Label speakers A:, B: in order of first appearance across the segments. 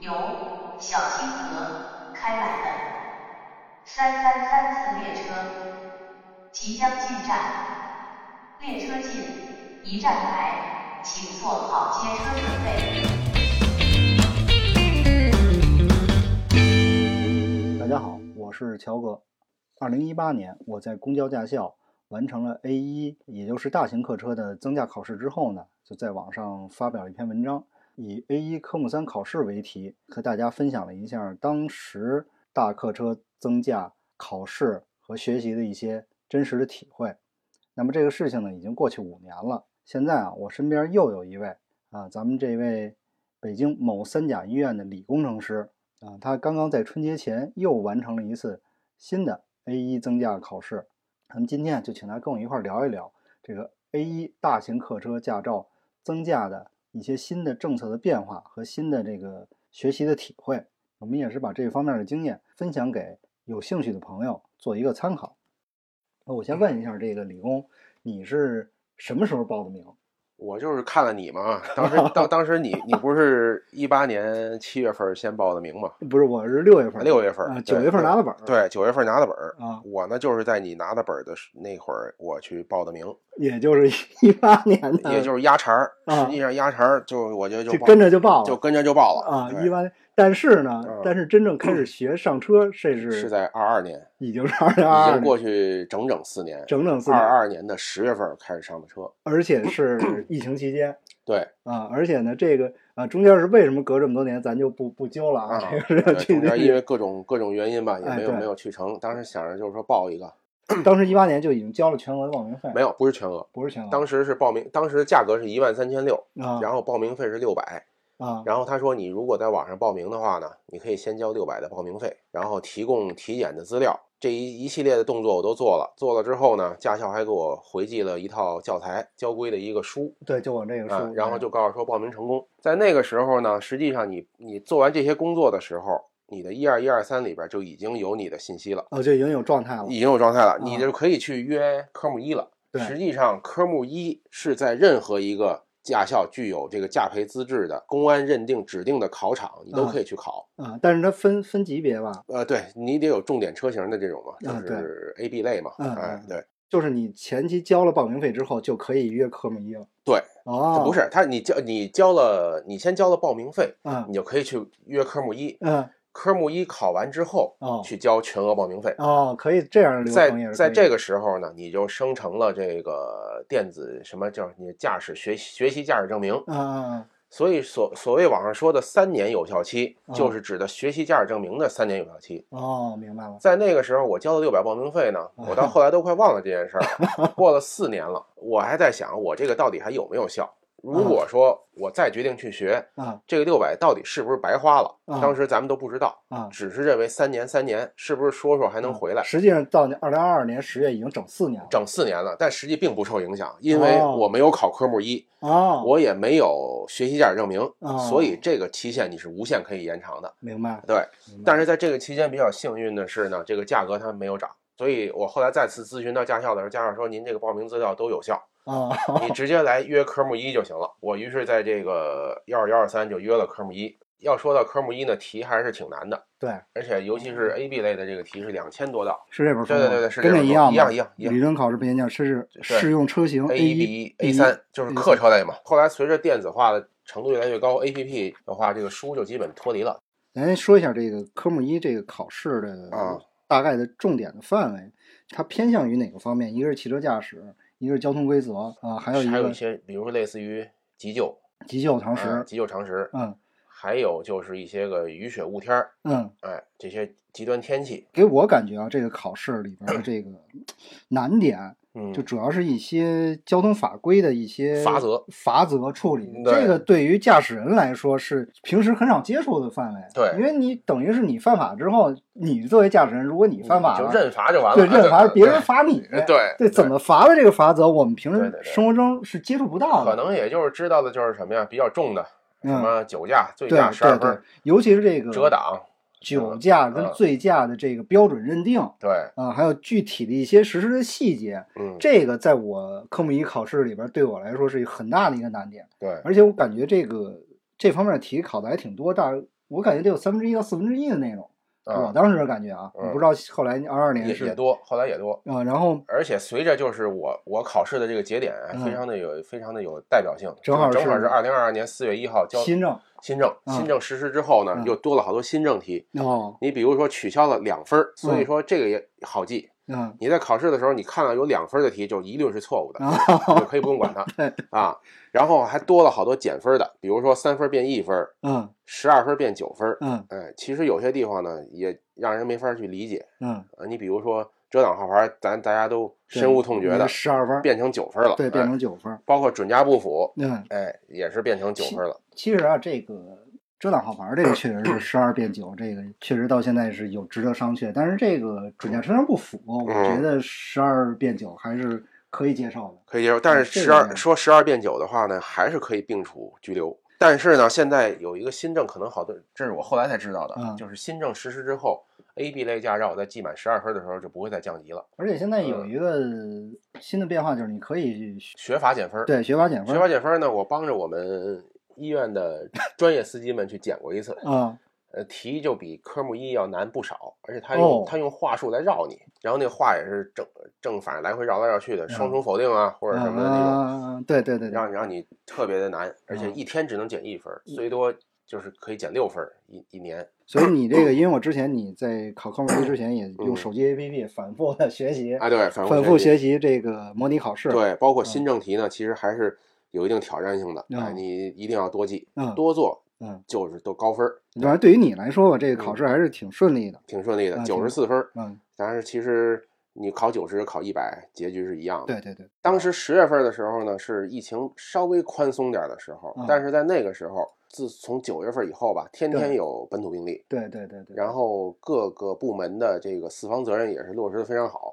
A: 由小清河开来的三三三次列车即将进站，列车进一站台，请做好接车准备。
B: 大家好，我是乔哥。二零一八年，我在公交驾校完成了 A 一，也就是大型客车的增驾考试之后呢，就在网上发表了一篇文章，以 A 一科目三考试为题，和大家分享了一下当时大客车增驾考试和学习的一些真实的体会。那么这个事情呢，已经过去五年了。现在啊，我身边又有一位啊，咱们这位北京某三甲医院的李工程师啊，他刚刚在春节前又完成了一次新的 A 一增驾考试。咱们今天啊就请他跟我一块儿聊一聊这个 A 一大型客车驾照增驾的一些新的政策的变化和新的这个学习的体会。我们也是把这方面的经验分享给有兴趣的朋友做一个参考。那我先问一下这个李工，你是什么时候报的名？
C: 我就是看了你 嘛，当时当当时你你不是一八年七月份先报的名嘛，
B: 不是，我是六月份，
C: 六月份
B: 啊，
C: 对
B: 九月份拿的本儿，
C: 对，九月份拿的本儿。
B: 啊，
C: 我呢就是在你拿的本儿的时那会儿，我去报的名，
B: 也就是一八年的，
C: 也就是压茬儿。
B: 啊
C: 实际上压茬儿就我就就
B: 嗯就
C: 报
B: 跟着就报了，
C: 就跟着就报了
B: 啊，
C: 对
B: 一八。但是呢，
C: 嗯
B: 但是真正开始学上车，这嗯是
C: 是在二二年，
B: 已经是二零
C: 已
B: 二二
C: 经过去整整四年，
B: 整整四
C: 二
B: 年，
C: 二年的十月份开始上的车。
B: 而且是 疫情期间
C: 对
B: 啊，而且呢，这个啊中间是为什么隔这么多年，咱就不不揪了
C: 啊
B: 啊，这，
C: 对
B: 个是
C: 中间因
B: 去
C: 为各种各种原因吧，也
B: 哎
C: 没有
B: 对
C: 没有去成。当时想着就是说报一个，
B: 当时一八年就已经交了全额的报名费，
C: 没有不是全额，
B: 不是全额，
C: 当时是报名，当时价格是一万三千六，
B: 啊
C: 然后报名费是六百，
B: 啊
C: 然后他说你如果在网上报名的话呢，你可以先交六百的报名费，然后提供体检的资料，这一一系列的动作我都做了，做了之后呢，驾校还给我回寄了一套教材交规的一个书，
B: 对，就我这个嗯
C: 啊
B: 数，，哎
C: 然后就告诉说报名成功。在那个时候呢，实际上你你做完这些工作的时候，你的一二一二三里边就已经有你的信息了。
B: 哦就已经有状态了，
C: 已经有状态了，
B: 嗯
C: 你就可以去约科目一了。
B: 对
C: 实际上科目一是在任何一个驾校具有这个驾培资质的公安认定指定的考场，你都可以去考。
B: 啊，但是它分分级别吧，
C: 呃，对你得有重点车型的这种嘛，
B: 啊
C: 就是 A、B 类嘛。
B: 嗯
C: 哎，
B: 嗯
C: 对，
B: 就是你前期交了报名费之后，就可以约科目一了。
C: 对，
B: 哦，
C: 不，是他，你交你交了，你先交了报名费，
B: 嗯
C: 你就可以去约科目一。
B: 嗯，
C: 科目一考完之后，
B: 哦
C: 去交全额报名费。
B: 哦，可以这样流
C: 在
B: 程也是
C: 在这
B: 个
C: 个时候呢，你就生成了这个电子什么叫你驾驶学习学习驾驶证明，
B: 啊
C: 所以所所谓网上说的三年有效期
B: 啊，
C: 就是指的学习驾驶证明的三年有效期。
B: 哦，明白了，
C: 在那个时候，我交了六百报名费呢，
B: 嗯
C: 我到后来都快忘了这件事儿了。过了四年了，我还在想，我这个到底还有没有效？如果
B: 嗯
C: 说我再决定去学，
B: 啊
C: 这个六百到底是不是白花了？
B: 啊
C: 当时咱们都不知道，
B: 啊，
C: 只是认为三年三年，是不是说说还
B: 嗯
C: 能回来？
B: 实际上到二零二二年十月已经整四年了。
C: 整四年了，但实际并不受影响，因为
B: 哦
C: 我没有考科目一，
B: 哦，
C: 我也没有学习驾驶证明，
B: 哦
C: 所以这个期限你是无限可以延长的。
B: 明白。
C: 对，
B: 明白
C: 但是在这个期间比较幸运的是呢，这个价格它没有涨，所以我后来再次咨询到驾校的时候，驾校说您这个报名资料都有 效，
B: 啊，
C: 你直接来约科目一就行了。我于是在这个幺二幺二三就约了科目一。要说到科目一呢，题还是挺难的，
B: 对，
C: 而且尤其是 A、B 类的这个题是两千多道
B: 是这本书
C: 对
B: 吗。
C: 对对对是这
B: 跟
C: 本
B: 那
C: 书
B: 一样
C: 一样
B: 吗
C: 一样一样
B: 理论考试评价是
C: 对
B: 适用车型
C: ，A 一 B 一 A
B: 一
C: 三就是
B: A
C: 客车类嘛。后来随着电子化的程度越来越高，A P P 的话，这个书就基本脱离了。
B: 咱说一下这个科目一这个考试
C: 啊
B: 的大概的重点的范围，它偏向于哪个方面？一个是汽车驾驶，一个是交通规则啊，还有一
C: 还有
B: 个
C: 一些，比如说类似于急救
B: 急救常
C: 呃
B: 识。
C: 急救常识，
B: 嗯
C: 还有就是一些个雨雪雾天儿，
B: 嗯，
C: 哎，这些极端天气，
B: 给我感觉啊，这个考试里边的这个难点，
C: 嗯，
B: 就主要是一些交通法规的一些
C: 法则嗯
B: 罚则处理。
C: 对
B: 这个对于驾驶人来说是平时很少接触的范围。
C: 对
B: 因为你等于是你犯法之后，你作为驾驶人，如果你犯法
C: 就
B: 了，
C: 认罚就完了，
B: 对认罚，
C: 对
B: 别人罚你。
C: 对对
B: 对，怎么罚的这个法则，我们平
C: 对
B: 时
C: 对对
B: 生活中是接触不到
C: 可
B: 的。
C: 能也就是知道的就是什么呀，比较重的，什
B: 嗯，
C: 么酒驾、醉
B: 对
C: 驾十二
B: 对嗯对
C: 分、，
B: 尤其是这个
C: 遮挡，
B: 酒驾跟
C: 嗯
B: 醉驾的这个标准认定啊、
C: 对，
B: 还有具体的一些实施的细节，
C: 嗯，
B: 这个在我科目一考试里边对我来说是一个很大的一个难点。
C: 对，
B: 而且我感觉这个这方面的题考的还挺多，大我感觉得有三分之一到四分之一的内容。我
C: 啊，
B: 当时的感觉啊，
C: 嗯
B: 我不知道后来二二年
C: 也
B: 是
C: 也多，后来也多。
B: 啊，然后
C: 而且随着就是我我考试的这个节点啊，
B: 嗯
C: 非常的有非常的有代表性，
B: 正好
C: 就是正好
B: 是
C: 是二零二二年四月一号交
B: 新政
C: 新政
B: 嗯
C: 新政实施之后呢
B: 嗯，
C: 又多了好多新政题。
B: 哦，
C: 你比如说取消了两分儿，所以
B: 嗯
C: 说这个也好记。
B: 嗯
C: 你在考试的时候，你看到有两分儿的题，就一律是错误的，
B: 啊，
C: 你就可以不用管它
B: 对
C: 啊。然后还多了好多减分儿的，比如说三分儿变一分儿，
B: 嗯
C: 十二分儿变九分儿。
B: 嗯
C: 哎，其实有些地方呢，也让人没法去理解
B: 嗯，
C: 啊。你比如说遮挡号牌，咱大家都深恶痛绝的，
B: 十二分儿，
C: 变成九分儿了，
B: 对，
C: 哎
B: 变成九分儿。
C: 包括准加不符，
B: 嗯，
C: 哎，也是变成九分了。
B: 其实啊，这个遮挡号牌儿这个确实 是十二变九，这个确实到现在是有值得商榷。但是这个
C: 嗯
B: 准驾车上不符，我觉得十二变九还是可以接受的。
C: 可以接受。但是
B: 这
C: 十
B: 个
C: 二
B: 呢
C: 说十二变九的话呢，还是可以并处拘留。但是呢，现在有一个新政，可能好多，这是我后来才知道的，
B: 嗯
C: 就是新政实施之后，A、B 类驾照在记满十二分的时候就不会再降级了，
B: 而且现在
C: 嗯
B: 有一个新的变化，就是你可以学
C: 学法减分。，
B: 对学法减分
C: 学
B: 儿。
C: 法减分呢，我帮着我们医 院的专业司机们去减过一次，
B: 啊，
C: 呃，题就比科目一要难不少，而且他用、
B: 哦
C: 他用话术来绕你，然后那个话也是正正反来回绕来绕去的，双重否定啊，或者什么那种。
B: 啊，对对对对，
C: 让让你特别的难，而且
B: 嗯
C: 一天只能减一分儿，最多就是可以减六分儿一一年。
B: 所以你这 个，因为我之前你在考科目一之前也用
C: 嗯
B: 手机 APP 反复的学习，
C: 啊，对，反
B: 反复
C: 学
B: 学
C: 习，
B: 习这个模拟考试。，
C: 对，包括新政题呢，其实还是有一定挑战性的，
B: 嗯
C: 哎，你一定要多记，
B: 嗯，
C: 多做，
B: 嗯，
C: 就是都高分儿，
B: 反正对于你来说吧，这个
C: 嗯
B: 考试还是挺顺利的。
C: 挺顺利的
B: 啊，
C: 九十四分儿。
B: 嗯，
C: 但是其实你考九十、考一百，结局是一样的。
B: 对对对，
C: 当时十月份的时候呢，是疫情稍微宽松点儿的时候
B: 嗯，
C: 但是在那个时候，自从九月份以后吧，天天
B: 对
C: 有本土病例。
B: 对对对对。
C: 然后各个部门的这个四方责任也是落实的非常 好。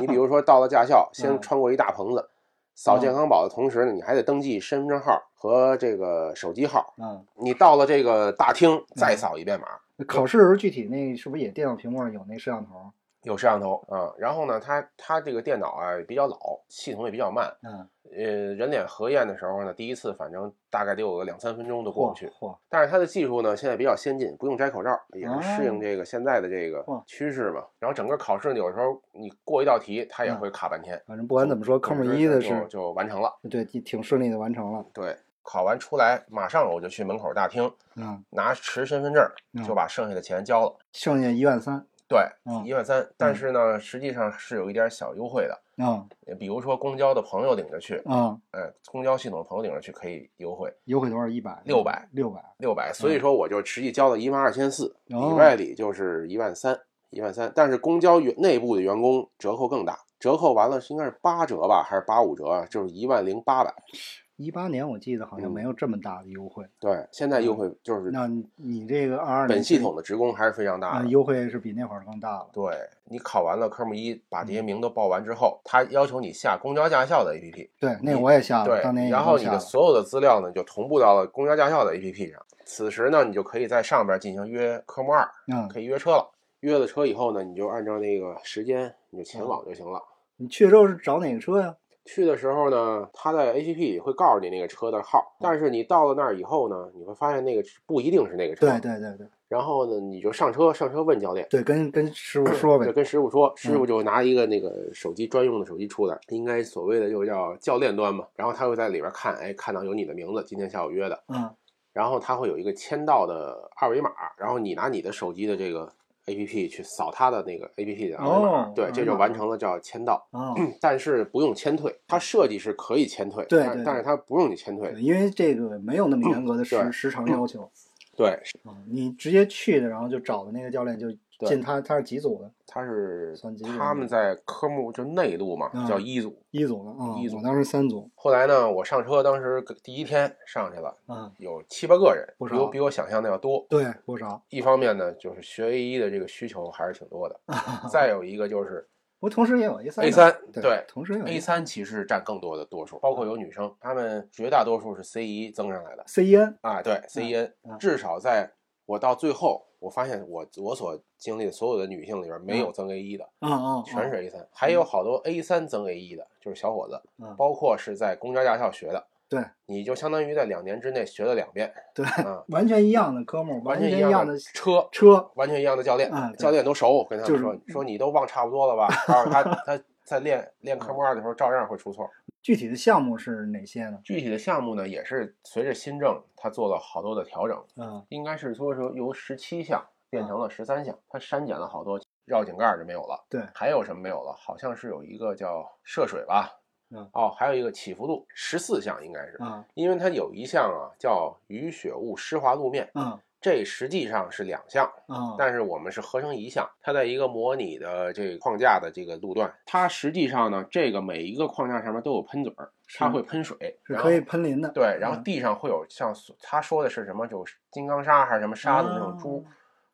C: 你比如说到了驾校，先
B: 嗯
C: 穿过一大棚子，扫健
B: 嗯
C: 康宝的同时呢，你还得登记身份证号和这个手机号。
B: 嗯，
C: 你到了这个大厅，再
B: 嗯
C: 扫一遍码，
B: 考试的时候具体那是不是也电脑屏幕上有那摄像头？
C: 有摄像头啊、然后呢，它它这个电脑啊比较老，系统也比较慢。
B: 嗯，
C: 呃，人脸核验的时候呢，第一次反正大概得有个两三分钟都过
B: 嚯
C: 不去。
B: 嚯，
C: 但是它的技术呢，现在比较先进，不用摘口罩，也是适应这个现在的这个
B: 哦哇
C: 趋势嘛。然后整个考试呢有时候你过一道题，它也会卡半天。
B: 反正嗯不管怎么说，科目一的
C: 就是就完成了。
B: 对挺挺顺利的完成了。
C: 对，考完出来马上我就去门口大厅
B: 嗯，
C: 拿持身份证，
B: 嗯
C: 就把剩下的钱交了。
B: 剩下一万三。
C: 对，
B: 嗯
C: 一万三。但是呢，实际上是有一点小优惠的，呃
B: 嗯
C: 比如说公交的朋友领着去，
B: 嗯，
C: 呃，公交系统的朋友领着去可以优惠
B: 优惠多少？一百。
C: 600。
B: 六百。
C: 六百，所以说我就实际交了一万二千四，
B: 嗯哦
C: 里外里就是一万三，一万三。但是公交员内部的员工折扣更大，折扣完了是应该是八折吧，还是八五折啊？就是一万零八百。
B: 一八年我记得好像
C: 嗯
B: 没有这么大的优惠。
C: 对，现在优惠就是
B: 嗯那你你这个二二年
C: 本系统的职工还是非常大
B: 啊，
C: 的。
B: 优惠是比那会儿更大了。
C: 对你考完了科目一，把
B: 嗯
C: 这些名都报完之后，他要求你下公交驾校的 APP，
B: 对，啊那
C: 你
B: 个我也下了，当年
C: 对，
B: 也
C: 然后
B: 都
C: 你
B: 下
C: 的
B: 了。
C: 所有的资料呢就同步到了公交驾校的 APP 上。此时呢，你就可以在上边进行约科目二，
B: 嗯，
C: 可以约车了。约了车以后呢，你就按照那个时间你就前往就行了。
B: 你去的时候是找哪个车呀？
C: 去的时候呢，他在 APP 里会告诉你那个车的号，但是你到了那儿以后呢，你会发现那个不一定是那个车。
B: 对。对对对
C: 然后呢，你就上车，上车问教练。
B: 对，跟跟师傅说呗嗯
C: 就。跟师傅说，师傅就拿一个那个手机专用的手机出来，应该所谓的就叫教练端嘛。然后他会在里边看，哎，看到有你的名字，今天下午约的。
B: 嗯
C: 然后他会有一个签到的二维码，然后你拿你的手机的这个 APP 去扫他的那个 APP 的二维码，
B: 哦
C: 对，这就完成了叫签到。
B: 啊，
C: 但是不用签退，它设计是可以签退，
B: 对
C: 但
B: 对
C: 但是它不用你签退
B: 对，因为这个没有那么严格的时
C: 嗯对
B: 时长要求
C: 对，
B: 啊，你直接去的，然后就找的那个教练就
C: 对
B: 进他他是几组的？
C: 它是
B: 算几个人
C: 他们在科目就内路嘛
B: 嗯，
C: 叫一组。
B: 一组的啊，
C: 一组
B: 我当时三组
C: 后来呢，我上车，当时第一天上去了，
B: 啊，
C: 有七八个人，
B: 不
C: 比我
B: 少
C: 比我想象的要多。
B: 对，不少。
C: 一方面呢，就是学 A 一的这个需求还是挺多 的，再有一个就是
B: 我同时也有 A 三
C: A 三
B: 对嗯
C: 对，
B: 同时也有
C: A 三其实占更多的多数，包括有女生，她们绝大多数是 C 一增上来的
B: C E N
C: 啊，对 C 一 N，
B: 嗯
C: 至少在我到最后，我发现我我所经历的所有的女性里边，没有增 A 一的，
B: 啊啊，
C: 全是 A 三，还有好多 A 三增 A 一的，就是小伙子
B: 嗯，
C: 包括是在公交驾校学的，
B: 对
C: 你就相当于在两年之内学了两 遍，
B: 对，
C: 啊，
B: 完全一样的科目，完
C: 全
B: 全
C: 样
B: 的
C: 车，
B: 车，
C: 完全一样的教练，
B: 啊对
C: 教练都熟。我跟他们
B: 就是嗯
C: 说，说你都忘差不多了吧？告诉他，他在练练科目二的时候照样会出错。
B: 具体的项目是哪些呢？
C: 具体的项目呢，也是随着新政，他做了好多的调整，
B: 嗯
C: 应该是说说由十七项变成了十三项，它删减了好多，绕井盖儿就没有了。
B: 对
C: 还有什么没有了？好像是有一个叫涉水吧。
B: 嗯
C: 哦，还有一个起伏度，十四项应该是，
B: 啊
C: 因为它有一项啊叫雨雪雾湿滑路面，
B: 嗯
C: 这实际上是两项，
B: 嗯，
C: 但是我们是合成一项，它在一个模拟的这个框架的这个路段，它实际上呢，这个每一个框架上面都有喷嘴儿，它
B: 是
C: 会喷水，
B: 是
C: 然后
B: 可以喷淋的。
C: 对，然后
B: 嗯
C: 地上会有像所他说的是什么，就是金刚砂还是什么沙子那种珠，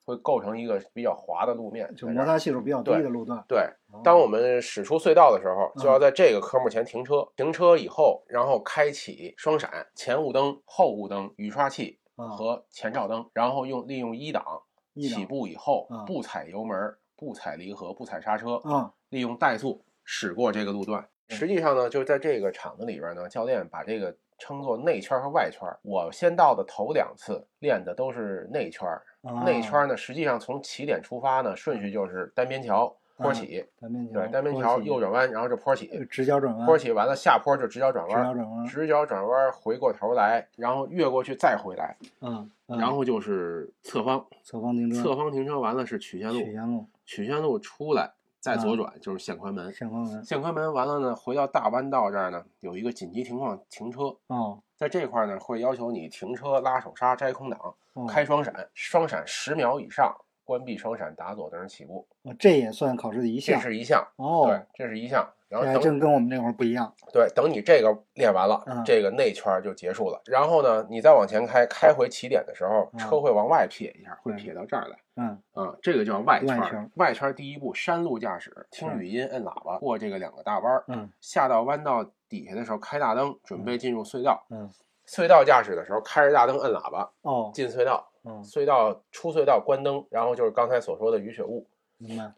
C: 会构成一个比较滑的路面，
B: 哦就
C: 在
B: 摩
C: 这儿
B: 擦系数比较低的路段。
C: 对，
B: 哦
C: 当我们驶出隧道的时候，
B: 嗯
C: 就要在这个科目前停车。停车以后，然后开启双闪、前雾灯、后雾灯、雨刷器
B: 啊
C: 和前照灯，然后用利用一档
B: 一档
C: 起步以后
B: 嗯，
C: 不踩油门、不踩离合、不踩刹车，
B: 啊
C: 利用怠速驶过这个路段。
B: 嗯
C: 实际上呢，就是在这个场子里边呢，教练把这个称作内圈和外圈。我先到的头两次练的都是内圈，
B: 啊
C: 内圈呢，实际上从起点出发呢，顺序就是单边桥、坡起，
B: 单边桥，
C: 对，单边
B: 坡
C: 桥
B: 起
C: 右转弯，然后这坡
B: 呃
C: 起，
B: 直角转弯，
C: 坡
B: 直
C: 起完了下坡就直角转
B: 角
C: 弯，
B: 转弯，
C: 直角转弯回过头来，然后越过去再回来，
B: 嗯，嗯
C: 然后就是啊侧方，
B: 侧方停车，
C: 侧方停车完了是曲线路，啊
B: 曲线路，
C: 曲线路出来再左转就是县宽门，
B: 相关门，
C: 县宽门完了呢，回到大弯道这儿呢有一个紧急情况停车。
B: 哦，
C: 在这块儿呢，会要求你停车、拉手刹、摘空挡、
B: 哦
C: 开双闪，双闪十秒以上，关闭双闪，打左灯起步，
B: 哦这也算考试的一
C: 这
B: 项
C: 是一项，对
B: 哦，，
C: 这是一项。然
B: 这
C: 后
B: 还
C: 等
B: 真跟我们那会儿不一样。
C: 对，等你这个练完了，
B: 嗯
C: 这个内圈儿就结束了。然后呢，你再往前开，开回起点的时候，
B: 嗯
C: 车会往外撇一下，会
B: 对
C: 撇到这儿来。
B: 嗯
C: 啊、这个叫外圈儿。
B: 外圈儿
C: 外圈儿第一步，山路驾驶，听语音，摁喇叭，过这个两个大弯儿。
B: 嗯
C: 下到弯道底下的时候，开大灯，准备进入隧道。
B: 嗯，
C: 隧道驾驶的时候，开着大灯摁喇叭
B: 哦，
C: 进隧道，
B: 嗯，
C: 隧道出隧道关灯，然后就是刚才所说的雨雪雾。
B: 明白。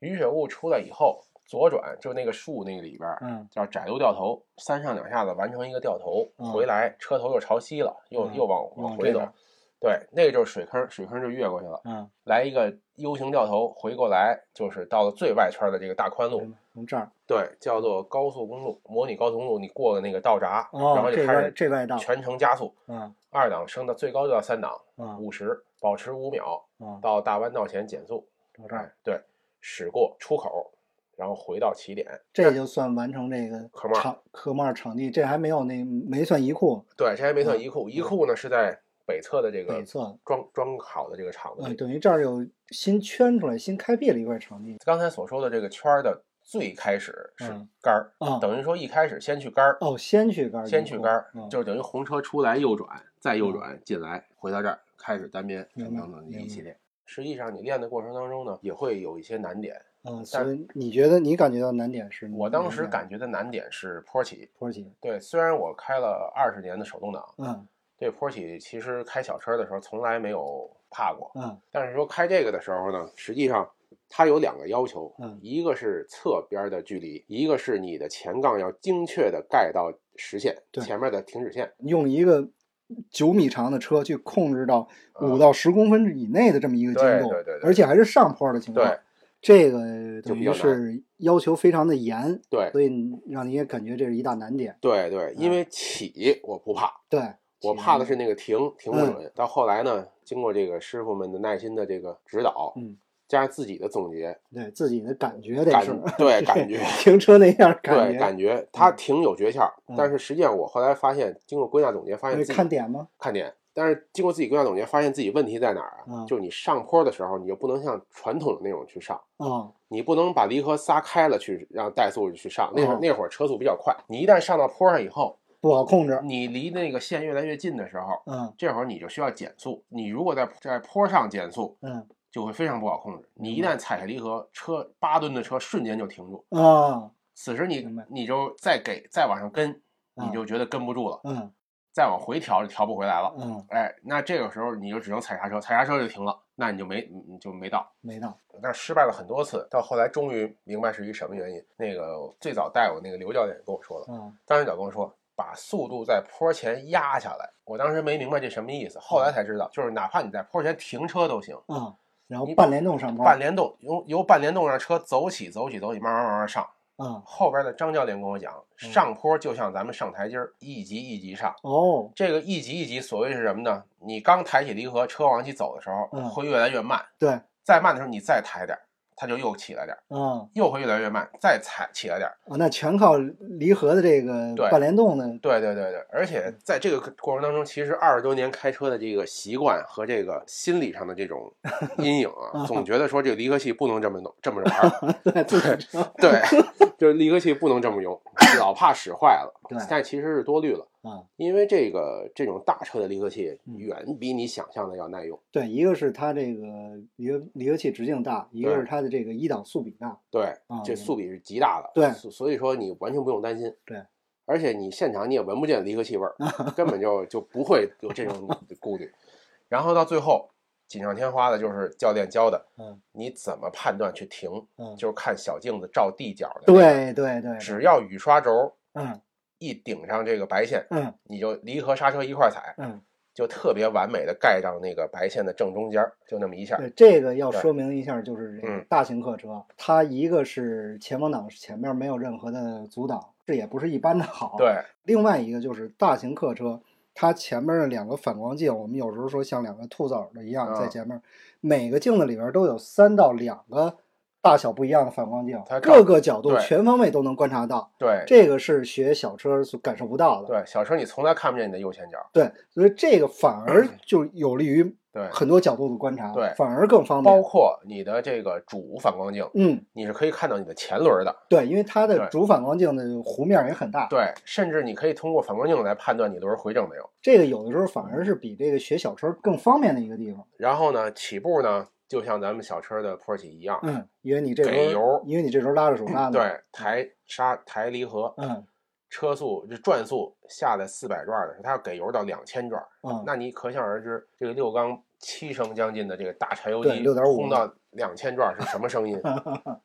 C: 雨雪雾出来以后，左转就那个树那个里边儿，
B: 嗯
C: 叫窄路掉头，三上两下子完成一个掉头，
B: 嗯
C: 回来车头又朝西了，又
B: 嗯
C: 又往
B: 往
C: 往回
B: 这
C: 走
B: 边。
C: 对，那个就是水坑，水坑就越过去了，
B: 嗯，
C: 来一个 U 型掉头，回过来就是到了最外圈的这个大宽
B: 明
C: 路，
B: 白从这儿
C: 对，叫做高速公路，模拟高速公路，你过了那个道闸，然
B: 哦
C: 后，就
B: 这
C: 开
B: 外
C: 始
B: 这外道，
C: 全程加速，
B: 嗯
C: 二档升到最高就到三档，
B: 嗯
C: 五十，保持五秒，
B: 嗯，
C: 到大弯道前减速，
B: 到这
C: 哎
B: 儿，，
C: 对，驶过出口，然后回到起点，
B: 这就算完成这个
C: 科目二
B: 场科目二场地，这还没有那没算一库
C: 对，这还没算
B: 嗯
C: 一库，一库呢是在北侧的这
B: 北
C: 个
B: 侧，
C: 装装好的这个场子
B: 嗯，
C: 里。
B: 等于这儿有新圈出来、新开辟了一块场地。
C: 刚才所说的这个圈儿的最开始是
B: 嗯
C: 杆儿，
B: 啊，
C: 等于说一开始先去杆儿，
B: 哦，先去杆儿一库，
C: 先去杆儿，
B: 嗯
C: 就是等于红车出来右转，再右转进来，回到这儿开始单边
B: 明
C: 等
B: 白
C: 等等
B: 明白
C: 一系列。实际上你练的过程当中呢，也会有一些难点。
B: 嗯，所
C: 但
B: 以你觉得你感觉到难点是哪？
C: 我当时
B: 哪
C: 感觉的难点是坡起，
B: 坡起，
C: 对，虽然我开了二十年的手动挡，
B: 嗯
C: 对坡起其实开小车的时候从来没有怕过，
B: 嗯
C: 但是说开这个的时候呢，实际上它有两个要求，
B: 嗯
C: 一个是侧边的距离，一个是你的前杠要精确的盖到实线
B: 对
C: 前面的停止线。
B: 嗯用一个九米长的车去控制到
C: 嗯
B: 五到十公分以内的这么一个
C: 对
B: 精度，
C: 对对对
B: 而且还是上坡的情况，
C: 对
B: 这个
C: 就
B: 等
C: 比
B: 于
C: 较
B: 是要求非常的严，
C: 对
B: 所以让你也感觉这是一大难点。
C: 对对，因为起我不怕，
B: 对，
C: 我
B: 嗯起嗯
C: 怕的
B: 来
C: 是那个停停不准。到后来呢，经过这个师傅们的耐心的这个指导，
B: 嗯
C: 加上自己的总结，
B: 对自己的感觉得
C: 感
B: 是，
C: 对感觉
B: 停车那样感
C: 对
B: 觉，
C: 感觉它挺有诀窍。
B: 嗯
C: 但是实际上我后来发现，经过归纳总结，发现
B: 会
C: 自己
B: 呃看点吗？
C: 看点。但是经过自己归纳总结，发现自己问题在哪儿啊？
B: 嗯
C: 就是你上坡的时候，你就不能像传统的那种去上，
B: 啊、
C: 你不能把离合撒开了去让怠速去上。那会儿、
B: 哦
C: 那会儿车速比较快，你一旦上到坡上以后，
B: 不好控制，
C: 你离那个线越来越近的时候，
B: 嗯
C: 这会儿你就需要减速。你如果在在坡上减速，
B: 嗯
C: 就会非常不好控制。你一
B: 明白
C: 旦踩下离合，车八吨的车瞬间就停住。
B: 啊
C: 此时你
B: 明白
C: 你就再给再往上跟，
B: 嗯
C: 你就觉得跟不住了，
B: 嗯
C: 再往回调就调不回来了。
B: 嗯，
C: 哎，那这个时候你就只能踩刹车，踩刹车就停了，那你就没你就没到。
B: 没到，
C: 那失败了很多次，到后来终于明白是一什么原因。那个最早带我那个刘教练也跟我说了，
B: 嗯
C: 当时老跟我说，把速度在坡前压下来。我当时没明白这什么意思，后
B: 嗯
C: 来才知道，就是哪怕你在坡前停车都行，
B: 啊，然后
C: 你
B: 半联动上坡，
C: 半联动由由半联动让车走起走起走起，慢慢慢慢上。
B: 啊，
C: 后边的张教练跟我讲，
B: 嗯
C: 上坡就像咱们上台阶儿，一级一级上。
B: 哦，
C: 这个一级一级，所谓是什么呢？你刚抬起离合，车往起走的时候
B: 嗯
C: 会越来越慢，
B: 对，
C: 再慢的时候你再抬点儿，它就又起来点儿，
B: 啊，
C: 又会越来越慢，再踩起来点儿。
B: 哦，那全靠离合的这个
C: 对
B: 半联动 的，
C: 对对对对，而
B: 嗯
C: 且在这个过程当中，其实二十多年开车的这个习惯和这个心理上的 这种阴影啊，总觉得说这个离合器不能这么弄，这么玩儿。
B: 对，自己车
C: 对， 就是离合器不能这么用，老怕使坏了。
B: 对
C: 但其实是多虑了。
B: 啊，
C: 因为这个这种大车的离合器
B: 嗯
C: 远比你想象的要耐用。
B: 对，一个是它这个离合离合器直径大，一个
C: 对
B: 是它的这个一档速比大，
C: 对
B: 啊，
C: 这
B: 明白
C: 速比是极大的。
B: 对
C: 所所以说你完全不用担心。
B: 对，
C: 而且你现场你也闻不见离合器 味儿，根本就就不会有这种顾虑。然后到最后锦上添花的就是教练教的，
B: 嗯
C: 你怎么判断去停，
B: 嗯，
C: 就是看小镜子照地角的。，
B: 对对对，
C: 只要雨刷轴
B: 嗯
C: 一顶上这个白线，
B: 嗯
C: 你就离合刹车一块儿踩，
B: 嗯，
C: 就特别完美的盖到那个白线的正中间儿，就那么一下。
B: 对，这个要
C: 对
B: 说明一下，就是这个
C: 嗯
B: 大型客车，它一个是前风挡前面没有任何的阻挡，这也不是一般的好，
C: 对
B: 另外一个就是大型客车，它前面的两个反光镜，我们有时候说像两个兔子耳朵一样
C: 嗯
B: 在前面，每个镜子里边都有三到两个大小不一样的反光镜
C: 它，照
B: 各个角度
C: 对
B: 全方位都能观察到，
C: 对
B: 这个是学小车所感受不到的。
C: 对，小车你从来看不见你的右前角。
B: 对，所以这个反而就有利于
C: 嗯对，
B: 很多角度的观察，
C: 对
B: 反而更方
C: 包
B: 便。
C: 括你的这个主反光镜，
B: 嗯，
C: 你是可以看到你的前轮的。
B: 对，因为它的
C: 对
B: 主反光镜的弧面也很大，
C: 对，甚至你可以通过反光镜来判断你轮回正没有。
B: 这个有的时候反而是比这个学小车更方便的一个地方。
C: 然后呢，起步呢，就像咱们小车的坡起一样，
B: 嗯，因为你这时
C: 给
B: 候
C: 油，
B: 因为你这时候拉着手刹呢。，
C: 对，抬刹抬离合，
B: 嗯
C: 车速这转速下来四百转的时候，它要给油到两千转，
B: 嗯，
C: 那你可想而知，这个六缸七升将近的这个大柴油
B: 对
C: 机
B: 6.5
C: 轰到两千转是什 么声音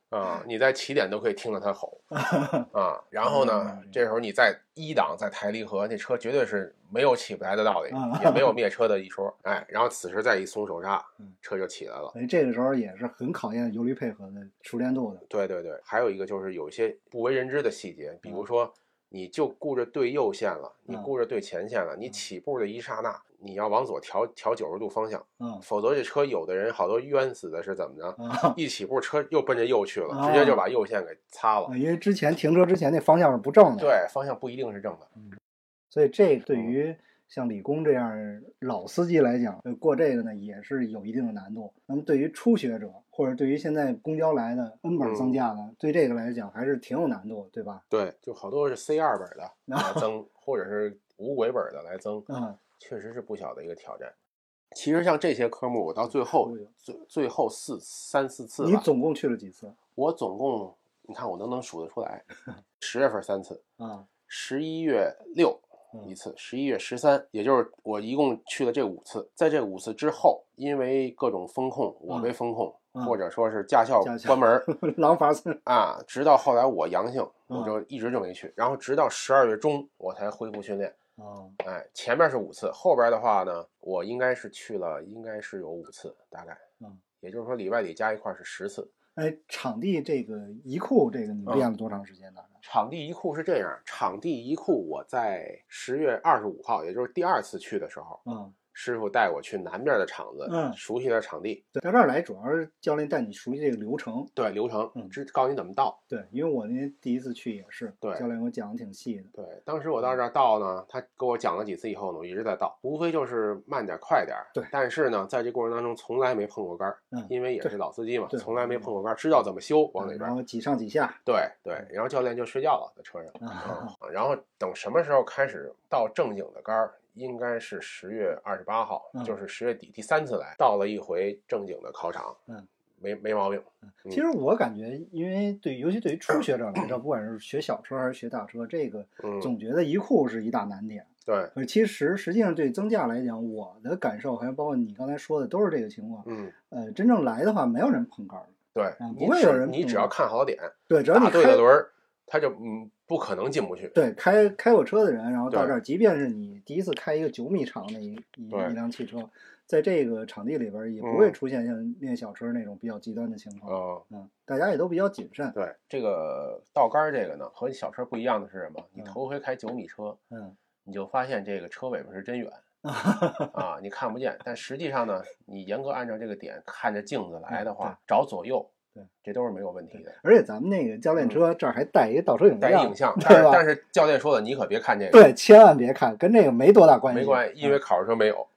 C: 啊？你在起点都可以听到它吼啊。然后呢
B: 嗯，
C: 这时候你在一档再抬离合，那车绝对是没有起不来的道理
B: 嗯，
C: 也没 有灭车的一说。哎，然后此时再一松手刹，
B: 嗯
C: 车就起来了。
B: 所以这个时候也是很考验油驴配合的熟练度的。
C: 对对对，还有一个就是有一些不为人知的细节，比如说你就顾着对右线了，你
B: 嗯
C: 顾着对前线了，你
B: 嗯
C: 起步的一刹那，你要往左调调九十度方向。
B: 嗯
C: 否则这车有的人好多冤死的是怎么着？
B: 啊，
C: 一起步车又奔着右去了，
B: 啊
C: 直接就把右线给擦了。
B: 呃因为之前停车之前那方向是不正的，，
C: 对，嗯方向不一定是正
B: 嗯
C: 的。
B: 所以这对于像李工这样老司机来讲，呃过这个呢也是有一定的难度。那么对于初学者，或者对于现在公交来的 N
C: 嗯
B: 本增驾呢，对这个来讲还是挺有难度，对吧？
C: 对，就好多是 C 二本 的来增，或者是无轨本的来增，
B: 嗯
C: 确实是不小的一个挑战。其实像这些科目，我到最后
B: 都有
C: 最最后四三四次
B: 你
C: 吧，
B: 总共去了几次
C: 我总共你看我都能数得出 来，十月份三次，
B: 啊？
C: 十一月六
B: 嗯
C: 一次，十一月十三，也就是我一共去了这五次。在这五次之后，因为各种风控，我被风控，
B: 嗯
C: 或者说是驾校
B: 驾校
C: 关门儿
B: 狼法子
C: 啊，直到后来我阳性，
B: 嗯
C: 我就一直就没去。然后直到十二月中，我才恢复训练。
B: 啊，
C: 哎，前面是五次，后边的话呢，我应该是去了，应该是有五次，大概。
B: 嗯，
C: 也就是说里外里加一块儿是十次。
B: 哎，场地这个一库这个
C: 嗯
B: 你练了多长时间呢？
C: 场地一库是这样，场地一库我在十月二十五号，也就是第二次去的时候，
B: 嗯，
C: 师傅带我去南边的厂子，
B: 嗯
C: 熟悉的场地，
B: 对，到这儿来主要是教练带你熟悉这个流程。
C: 对流程
B: 嗯，
C: 知告诉你怎么到。
B: 对，因为我那天第一次去也是，
C: 对
B: 教练给我讲的挺细的。
C: 对，当时我
B: 嗯
C: 到这儿到呢，他给我讲了几次以后呢，我一直在到，无非就是慢点儿快点儿。
B: 对
C: 但是呢，在这过程当中从来没碰过杆儿，
B: 嗯，
C: 因为也
B: 对
C: 是老司机嘛
B: 对，嗯
C: 从来没碰过杆儿，知道怎么修，往哪
B: 然
C: 边。
B: 后几上几下
C: 对对，
B: 嗯
C: 然后教练就睡觉了，在车上。
B: 啊，
C: 嗯然后等什么时候开始到正经的杆儿？应该是十月二十八号，
B: 嗯
C: 就是十月底第三次来，到了一回正经的考场，
B: 嗯，
C: 没没毛病。
B: 其实我感觉，因为对，尤其对于初学者来说，不管是学小车还是学大车，这个
C: 嗯
B: 总觉得一库是一大难点。
C: 对，
B: 可是其实实际上对增驾来讲，我的感受还有包括你刚才说的都是这个情况。
C: 嗯，
B: 呃，真正来的话，没有人碰杆儿的。
C: 对
B: 嗯，不
C: 你
B: 会
C: 只
B: 有人
C: 你
B: 不
C: 只要看好点，
B: 对，只要你
C: 打对
B: 开
C: 了轮儿，他就嗯不可能进不去。
B: 对，开开过车的人，然后到
C: 对
B: 这儿，即便是你第一次开一个九米长的一一
C: 对嗯
B: 一辆汽车，在这个场地里边儿也不会出现像练小车那种比较极端的情
C: 啊、
B: 况。嗯，大家也都比较谨慎。
C: 对，这个倒杆儿这个呢，和小车不一样的是什么？你
B: 嗯
C: 头回开九米车，
B: 嗯，
C: 你就发现这个车尾巴 是真远啊，你看不见。但实际上呢，你严格按照这个点看着镜子来的话，找左右，
B: 嗯对，
C: 这都是没有问题的。
B: 而且咱们那个教练车这儿还带一个倒车影
C: 嗯带
B: 像，
C: 影像，但
B: 对
C: 是
B: 吧？
C: 但是教练说了，你可别看这个，
B: 对，千万别看，跟这个没多大关系。
C: 没关系，因为考试车 没有，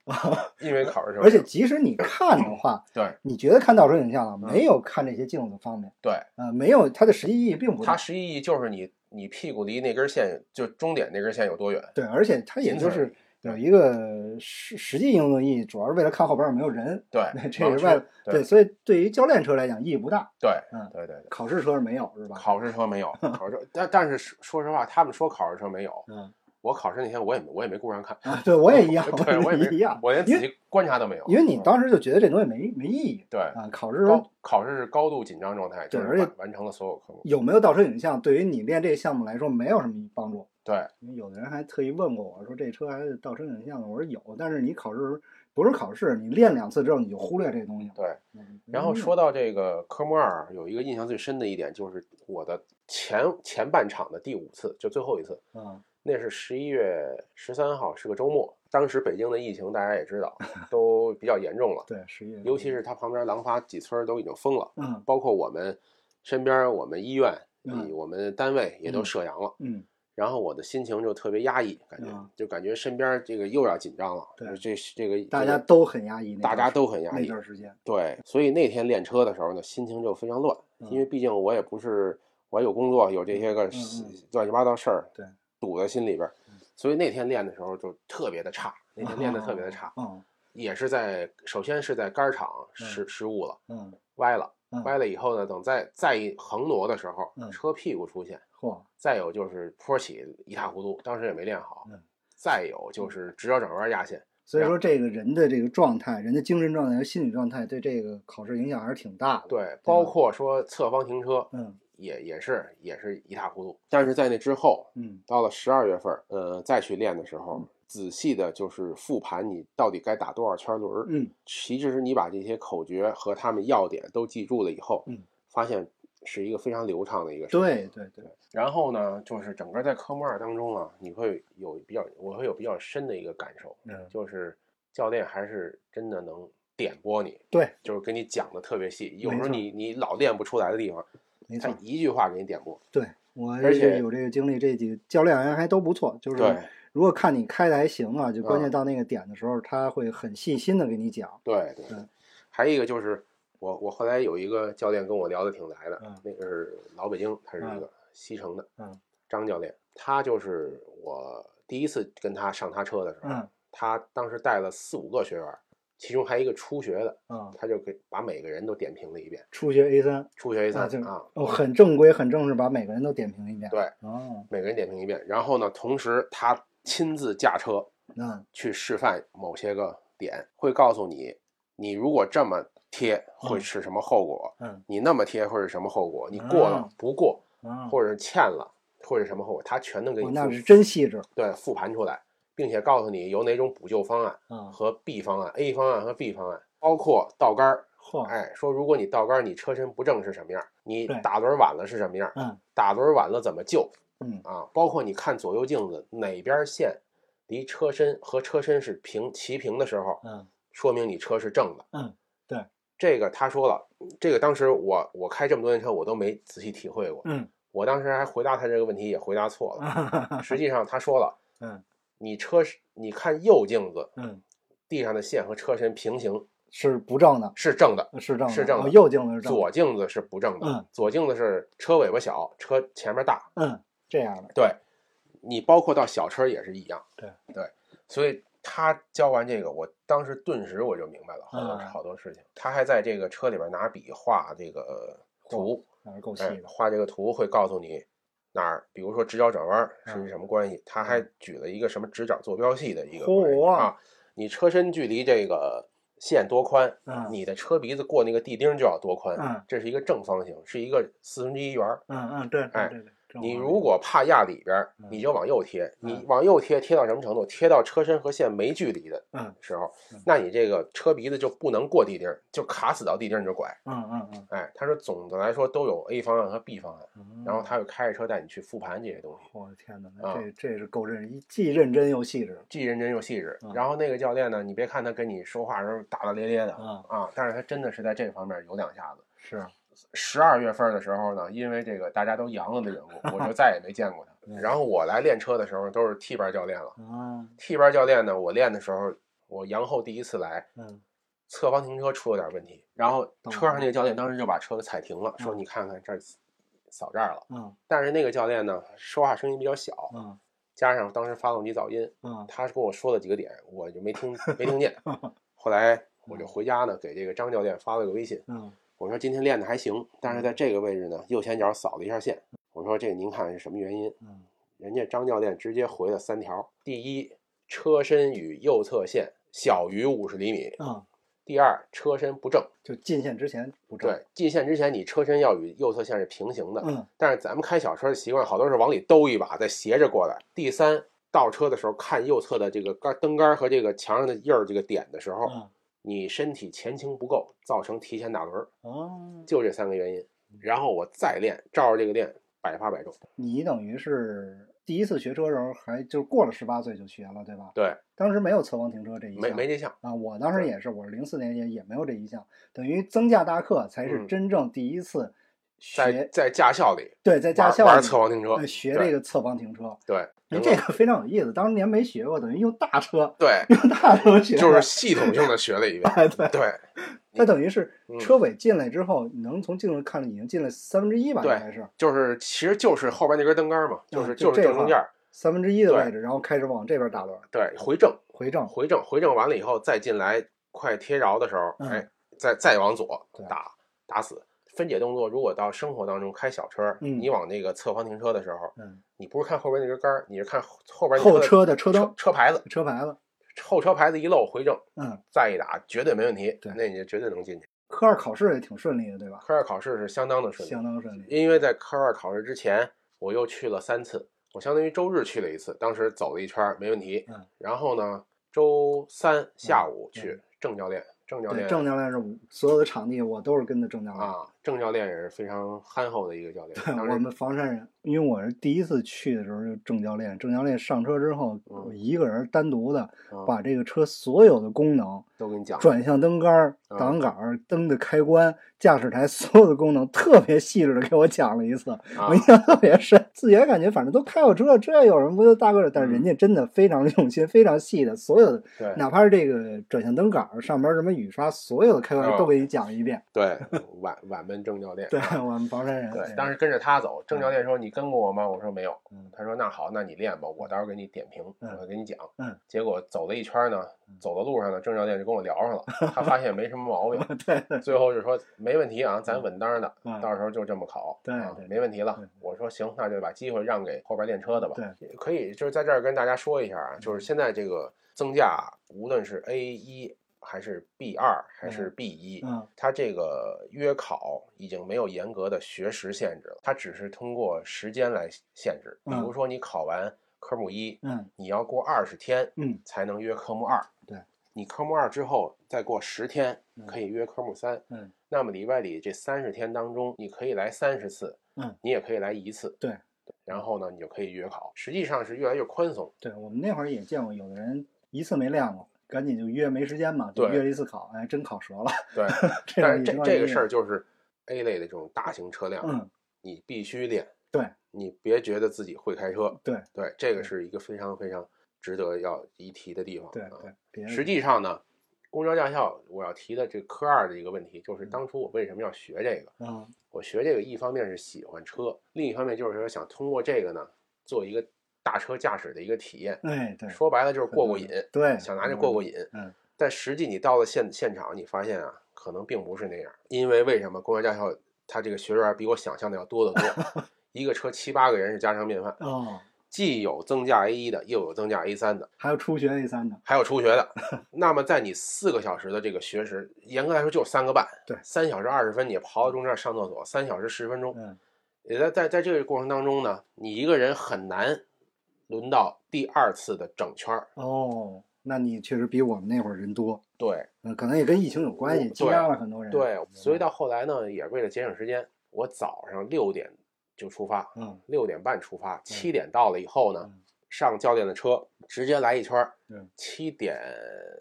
C: 因为考试车没有，
B: 而且即使你看的话，
C: 对
B: 你觉得看倒车影像了，
C: 嗯
B: 没有看这些镜子方便，
C: 对，
B: 呃，没有它的实际意义并不
C: 它
B: 大。
C: 实际意义就是你你屁股离那根线就终点那根线有多远，
B: 对，而且它也
C: 仅
B: 就
C: 此
B: 是有
C: 对
B: 一个实实际应用意义，主要是为了看后边有没有人。
C: 对
B: 对，，这
C: 盲
B: 是外
C: 区
B: 对，
C: 啊对
B: 所以对于教练车来讲意义不大，
C: 对
B: 嗯
C: 对对对。
B: 考试车是没有是吧？
C: 考试车没 有，考试车，但但是说说实话，他们说考试车没有，
B: 嗯
C: 我考试那天我也没我也没顾上看，，
B: 啊，对 我也一样
C: 对我也没
B: 一样，
C: 我连
B: 因
C: 仔
B: 为
C: 细观察都没有，
B: 因为你
C: 嗯
B: 当时就觉得这东西没没意义
C: 对
B: 啊。考试
C: 高考试是高度紧张状态，就
B: 对
C: 是
B: 而且
C: 完完成了所有科目，
B: 有没有倒车影像，对于你练这个项目来说没有什么帮助。
C: 对
B: 因为有的人还特意问过我说这车还是倒车影像的，我说有，但是你考试不是考试，你练两次之后你就忽略这东西了。
C: 对。
B: 嗯
C: 然后说到这个科目二，有一个印象最深的一点就是我的前前半场的第五次，就最后一次，
B: 啊，
C: 那是十一月十三号，是个周末。当时北京的疫情大家也 知道，都比较严重了，
B: 对，十一月，
C: 尤其是它旁边廊坊几村儿都已经封了，
B: 嗯
C: 包括我们身边儿我们医院、
B: 嗯
C: 以我们单位也都
B: 嗯
C: 设阳了。
B: 嗯，
C: 然后我的心情就特别压抑，感觉
B: 嗯
C: 就感觉身边儿这个又要紧张了，
B: 对
C: 就是这这个
B: 大
C: 这
B: 家
C: 个
B: 都很压抑那段
C: 大
B: 时，
C: 家都很压
B: 那
C: 抑，
B: 段时间，
C: 对，所以那天练车的时候呢，心情就非常乱，因为毕竟我也不是我还有工作，有这些个
B: 嗯嗯
C: 乱七八糟事儿，
B: 对，嗯
C: 堵在心里边儿，所以那天练的时候就特别的差，那天练的特别的差，
B: 嗯
C: 也是在首先是在杆儿场
B: 嗯
C: 失失误了，
B: 嗯，
C: 歪了，
B: 嗯
C: 歪了以后呢，等再再一横挪的时候
B: 嗯，
C: 车屁股出现，
B: 嚯，
C: 再有就是坡起一塌糊涂，当时也没练好
B: 嗯，
C: 再有就是直角转弯压线，
B: 所以说这个人的这个状态，人的精神状态和心理状态对这个考试影响还是挺大的。，
C: 对，包括说侧方停车，
B: 嗯
C: 也也是也是一塌糊涂。但是在那之后，
B: 嗯
C: 到了十二月份儿，呃，再去练的时候，仔细的就是复盘你到底该打多少圈轮儿。
B: 嗯，
C: 其实你把这些口诀和他们要点都记住了以后，
B: 嗯，
C: 发现是一个非常流畅的一个事情。
B: 对对对，
C: 然后呢，就是整个在科目二当中啊，你会有比较，我会有比较深的一个感受，
B: 嗯
C: 就是教练还是真的能点拨你，
B: 对，
C: 就是给你讲的特别细。有时
B: 没
C: 候
B: 错
C: 你你老练不出来的地方，
B: 没
C: 他
B: 错，
C: 一句话给你点拨。
B: 对我
C: 而且
B: 有这个经历，这几个教练还还都不错，就是
C: 对
B: 如果看你开的还行啊，就关键
C: 嗯
B: 到那个点的时候，他会很细心的给你讲。
C: 对对对
B: 嗯，
C: 还有一个就是我我后来有一个教练跟我聊的挺来的
B: 嗯，
C: 那个是老北京，他是一
B: 嗯
C: 个西城的，
B: 嗯，
C: 张教练，他就是我第一次跟他上他车的时候
B: 嗯，
C: 他当时带了四五个学员，其中还有一个初学的，
B: 啊，
C: 他就给把每个人都点评了一遍，
B: 初学 A 三，
C: 初学一
B: 啊
C: 三
B: 就是
C: 啊，
B: 哦，很正规，很正式，把每个人都点评一遍。
C: 对，
B: 哦，
C: 每个人点评一遍，然后呢，同时他亲自驾车
B: 嗯
C: 去示范某些个点，会告诉你，你如果这么贴会
B: 嗯
C: 是什么后果。
B: 嗯
C: 你那么贴会是什么后果？你过了、
B: 啊
C: 不过，
B: 啊，
C: 或者是欠了，或者是什么后果，他全能给你
B: 哦那
C: 复、
B: 是真细致
C: 对复盘出来，并且告诉你有哪种补救方案
B: 啊，
C: 和 B 方案、A 方案和 B 方案，包括倒杆儿。
B: 嚯，
C: 哎，说如果你倒杆儿，你车身不正是什么样儿？你
B: 哦对
C: 打轮晚了是什么样儿？
B: 嗯
C: 打轮晚了怎么救
B: 嗯
C: 啊？包括你看左右镜子哪边线离车身和车身是平齐平的时候，
B: 嗯
C: 说明你车是正的。
B: 嗯，对，
C: 这个他说了，这个当时我我开这么多年车，我都没仔细体会过。
B: 嗯，
C: 我当时还回答他这个问题也回答错了。
B: 嗯
C: 实际上他说了，
B: 嗯
C: 你车是你看右镜子，
B: 嗯，
C: 地上的线和车身平行
B: 是不正的，
C: 是正的，
B: 是正的
C: 是正
B: 哦
C: 的
B: 右镜子是正的，
C: 左镜子是不正的。
B: 嗯
C: 左镜子是车尾巴小，车前面大。
B: 嗯，这样的，
C: 对，你包括到小车也是一样。
B: 对
C: 对，所以他教完这个，我当时顿时我就明白了好多、
B: 嗯
C: 好多事情。他还在这个车里边拿笔画这个图，
B: 那是够细
C: 哎，
B: 的，
C: 画这个图会告诉你哪儿，比如说直角转弯是
B: 嗯
C: 一什么关系。他还举了一个什么直角坐标系的一个
B: 嚯
C: 关系啊，你车身距离这个。线多宽，
B: 嗯
C: 你的车鼻子过那个地钉就要多宽，
B: 嗯
C: 这是一个正方形，是一个四分之一圆儿。
B: 嗯嗯，对，
C: 哎
B: 对对对，正好
C: 你如果怕压里边儿
B: 嗯，
C: 你就往右贴。
B: 嗯
C: 你往右贴，贴到什么程度？贴到车身和线没距离的
B: 嗯
C: 时候
B: 嗯，
C: 那你这个车鼻子就不能过地钉儿，就卡死到地钉儿你就拐。
B: 嗯嗯
C: 哎，他说总的来说都有 A 方案和 B 方案，
B: 嗯，
C: 然后他又开着车带你去复盘这些东西，
B: 我的天哪，
C: 啊
B: 那这这是够认，既认真又细致
C: 既认真又细致
B: 嗯。
C: 然后那个教练呢，你别看他跟你说话的时候大大咧咧的
B: 啊，
C: 啊，但是他真的是在这方面有两下子。
B: 是。
C: 十二月份的时候呢，因为这个大家都阳了的缘故，我就再也没见过
B: 嗯
C: 他然后我来练车的时候都是 T 班教练了。
B: 啊，
C: T 班教练呢，我练的时候，我阳后第一次来，
B: 嗯
C: 侧方停车出了点问题，然后车上那个教练当时就把车给踩停了，说
B: 嗯
C: 你看看这儿扫这儿了。
B: 嗯
C: 但是那个教练呢，说话声音比较小，
B: 嗯
C: 加上当时发动机噪音，
B: 嗯
C: 他跟我说了几个点，我就没 听没听见。后来我就回家呢，给这个张教练发了个微信，
B: 嗯
C: 我说今天练的还行，但是在这个位置呢，右前角扫了一下线，我说这个您看是什么原因？
B: 嗯
C: 人家张教练直接回了三条：第一，车身与右侧线小于五十厘米；
B: 嗯，
C: 第二，车身不正。
B: 就进线之前不正，
C: 对，进线之前你车身要与右侧线是平行的，
B: 嗯
C: 但是咱们开小车的习惯好多是往里兜一把，再斜着过来。第三，倒车的时候看右侧的这个杆灯杆和这个墙上的印儿这个点的时候，
B: 嗯
C: 你身体前倾不够，造成提前打轮儿，
B: 哦，
C: 就这三个原因。
B: 嗯
C: 然后我再练，照着这个练，百发百中。
B: 你等于是第一次学车时候还就过了十八岁就学了，对吧？
C: 对，
B: 当时没有侧方停车这一项，
C: 没没这项。
B: 啊，我当时
C: 对
B: 也是，我是零四年也也没有这一项，等于增驾大课才是
C: 嗯
B: 真正第一次
C: 在
B: 学，
C: 在驾校里
B: 对，在驾
C: 玩
B: 校
C: 玩
B: 里
C: 侧方停车
B: 呃，学
C: 对
B: 这个侧方停车，
C: 对，
B: 哎，
C: 能
B: 这
C: 够
B: 个非常有意思。当年没学过，等于用大 车， ，
C: 对
B: 用大车学的，
C: 就是系统性的学了 一遍。
B: 哎，对，
C: 对
B: 它等于是
C: 嗯
B: 车尾进来之后，你能从镜子看着已经进了三分之一吧，应
C: 对
B: 该是
C: 就是其实就是后边那根灯杆嘛，就是、
B: 啊就
C: 就是
B: 这
C: 正中
B: 块
C: 间儿，
B: 三分之一的
C: 对
B: 位置，然后开始往这边打轮，
C: 对，回正
B: 回正，
C: 回正回正完了以后再进来，快贴着的时候，
B: 嗯
C: 哎，再再往左
B: 对
C: 打打死。分解动作，如果到生活当中开小车，
B: 嗯
C: 你往那个侧方停车的时候，
B: 嗯，
C: 你不是看后边那根杆儿，你是看后后边那
B: 后
C: 个
B: 车的车
C: 车
B: 灯、
C: 车牌子，
B: 车牌子，
C: 后车牌子一露回正，
B: 嗯，
C: 再一打绝对没问题，
B: 对
C: 那你就绝对能进去。
B: 科二考试也挺顺利的，对吧？
C: 科二考试是相当的顺利，
B: 相当顺利，
C: 因为在科二考试之前，我又去了三次，我相当于周日去了一次，当时走了一圈儿没问题。
B: 嗯，
C: 然后呢，周三下午去
B: 嗯
C: 郑教练，郑教
B: 对，
C: 练
B: 郑教练是我所有的场地我都是跟着郑教练。
C: 啊，郑教练也是非常憨厚的一个教练。
B: 对
C: 当
B: 我
C: 时
B: 们房山人，因为我是第一次去的时候，就郑教练，郑教练上车之后，
C: 嗯
B: 我一个人单独的
C: 嗯
B: 把这个车所有的功能，
C: 都跟你讲，
B: 转向灯杆儿、
C: 嗯
B: 挡杆儿、灯的开关、驾驶台所有的功能，特别细致的给我讲了一次，
C: 啊
B: 我印象特别深。自己也感觉反正都开过车，这有什么不就大个儿？但
C: 嗯
B: 是人家真的非常用心，非常细的，所有的
C: 对
B: 哪怕是这个转向灯杆儿上边儿什么雨刷，所有的开关
C: 嗯
B: 都给你讲一遍。
C: 对，晚晚们郑教练。啊
B: 对嗯我们房山人，
C: 对，当时跟着他走，郑教练说：“你跟过我吗？”我说：“没有。
B: 嗯”
C: 他说：“那好，那你练吧，我到时候给你点评，
B: 嗯
C: 我给你讲。”
B: 嗯，
C: 结果走了一圈呢
B: 嗯，
C: 走到路上呢，郑教练就跟我聊 上了，他发现没什么毛病，
B: 对对
C: 最后就说没问题啊，咱稳当的，
B: 嗯
C: 到时候就这么考，
B: 对
C: 啊
B: 对
C: 没问题了
B: 对。
C: 我说行，那就把机会让给后边练车的吧。
B: 对，嗯
C: 可以就是在这儿跟大家说一下啊，就是现在这个增驾，无论是 A 一还是 B 二还是 B 一，
B: 嗯
C: 它这个约考已经没有严格的学时限制了，它只是通过时间来限制。比
B: 嗯
C: 如说你考完科目一，
B: 嗯
C: 你要过二十天，
B: 嗯，
C: 才能约科目二。
B: 对，
C: 你科目二之后再过十天
B: 嗯
C: 可以约科目三。
B: 嗯，
C: 那么里外里这三十天当中，你可以来三十次，
B: 嗯，
C: 你也可以来一次。
B: 对，
C: 然后呢，你就可以约考，实际上是越来越宽松。
B: 对我们那会儿也见过，有的人一次没练过，赶紧就约没时间嘛，就
C: 对
B: 约了一次考，哎，真考折了。
C: 对，
B: 这
C: 但
B: 种
C: 是
B: 也是万一
C: 这这个事儿，就是 A 类的这种大型车辆，
B: 嗯，
C: 你必须练。
B: 对，
C: 你别觉得自己会开车。
B: 对
C: 对，这
B: 对
C: 个是一个非常非常值得要一提的地方。
B: 对
C: 啊
B: 对，别人
C: 实际上呢，公交驾校我要提的这科二的一个问题，就是
B: 嗯
C: 当初我为什么要学这个？
B: 啊，
C: 我学这个一方面是喜欢车，另一方面就是说想通过这个呢，做一个大车驾驶的一个体验。
B: 哎，对，
C: 说白了就是过过瘾，
B: 对，
C: 想拿这过过瘾。
B: 嗯，
C: 但实际你到了现现场，你发现啊，可能并不是那样。因为为什么公交驾校它这个学员比我想象的要多得 多？一个车七八个人是家常便饭，
B: 哦，
C: 既有增驾 A 一的，又有增驾 A 三的。
B: 还有初学 A 三的，
C: 还有初学 的。那么在你四个小时的这个学时，严格来说就三个半，
B: 对
C: 三小时二十分，你刨到中间上厕所，三小时十分钟。
B: 嗯
C: 也在在在这个过程当中呢，你一个人很难轮到第二次的整圈儿。
B: 哦，那你确实比我们那会儿人多，
C: 对
B: 嗯，可能也跟疫情有关系，
C: 哦对
B: 积压了很多人。
C: 对，所以到后来呢，也为了节省时间，我早上六点就出发，
B: 嗯，
C: 六点半出发，七点到了以后呢，
B: 嗯
C: 上教练的车直接来一圈儿
B: 嗯，
C: 七点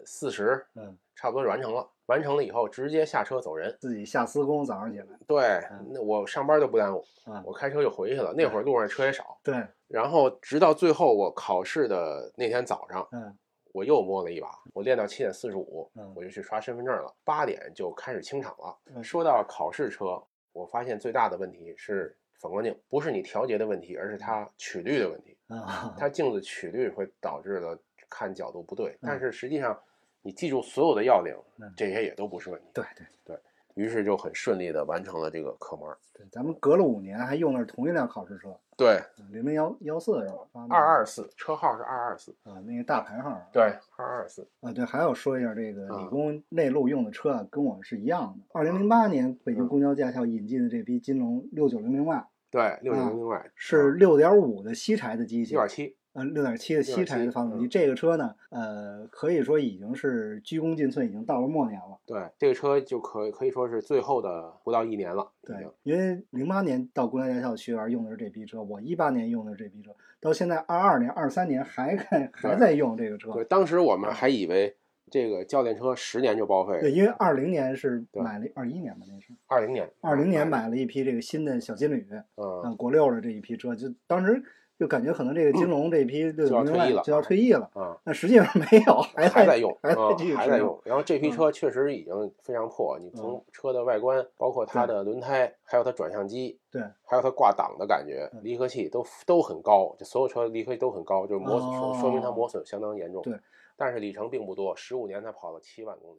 C: 四十，
B: 嗯，
C: 差不多就完成了。完成了以后，直接下车走人。
B: 自己下私工，早上起来
C: 对
B: 嗯，
C: 那我上班都不耽误，
B: 啊，
C: 我开车就回去了。那会儿路上车也少，
B: 对，
C: 然后直到最后我考试的那天早上，
B: 嗯
C: 我又摸了一把，我练到七点四十五
B: 嗯，
C: 我就去刷身份证了。八点就开始清场了。
B: 嗯
C: 说到考试车，我发现最大的问题是反光镜，不是你调节的问题，
B: 嗯
C: 而是它曲率的问题。
B: 啊，
C: 它镜子曲率会导致了看角度不对，但是实际上你记住所有的要领
B: 嗯，
C: 这些也都不是问题。
B: 对对
C: 于是就很顺利的完成了这个科目二。
B: 对，咱们隔了五年还用的是同一辆考试车，
C: 对，
B: 零零幺幺四是吧？发那
C: 二二四车号是二二四。
B: 啊，那个大牌号啊。
C: 对，二二四。
B: 啊，对，还要说一下这个
C: 啊
B: 理工内陆用的车啊，跟我是一样的。二零零八年北京
C: 嗯啊
B: 公交驾校引进的这批金龙六九零零 Y
C: 对，六九
B: 嗯
C: 零零外
B: 是六点五的吸柴的机器
C: 一，点七，
B: 呃，六点七的吸柴的发动机。
C: 嗯
B: 这个车呢，呃，可以说已经是鞠躬尽瘁，已经到了末年了。
C: 对，这个车就可以可以说是最后的不到一年了，已
B: 对
C: 经，
B: 因为零八年到公交驾校学员用的是这批车，我一八年用的是这批车，到现在二二年、二三年还在还在用这个车。
C: 对，当时我们还以为这个教练车十年就报废
B: 对，
C: 了，
B: 因为二零年是
C: 对
B: 买了二一年吧，那是
C: 二零年，
B: 二零年
C: 买
B: 买了一批这个新的小金驴。
C: 的，嗯
B: 嗯，国六的这一批车，就当时就感觉可能这个金龙这一批就
C: 嗯就要退役了
B: 就要退役了，
C: 啊，
B: 但实际上没有，还
C: 还
B: 在
C: 用，
B: 还
C: 嗯嗯
B: 继续
C: 还
B: 使
C: 在
B: 用
C: 用。然后这批车确实已经非常破，你从车的外观，包括它的轮胎，还有它转向机，
B: 对，
C: 还有它挂档的感觉，
B: 嗯
C: 离合器都都很高，就所有车离合器都很高，就是磨损，说说明它
B: 哦
C: 磨损相当严重。
B: 对，
C: 但是里程并不多，十五年它跑了七万公里。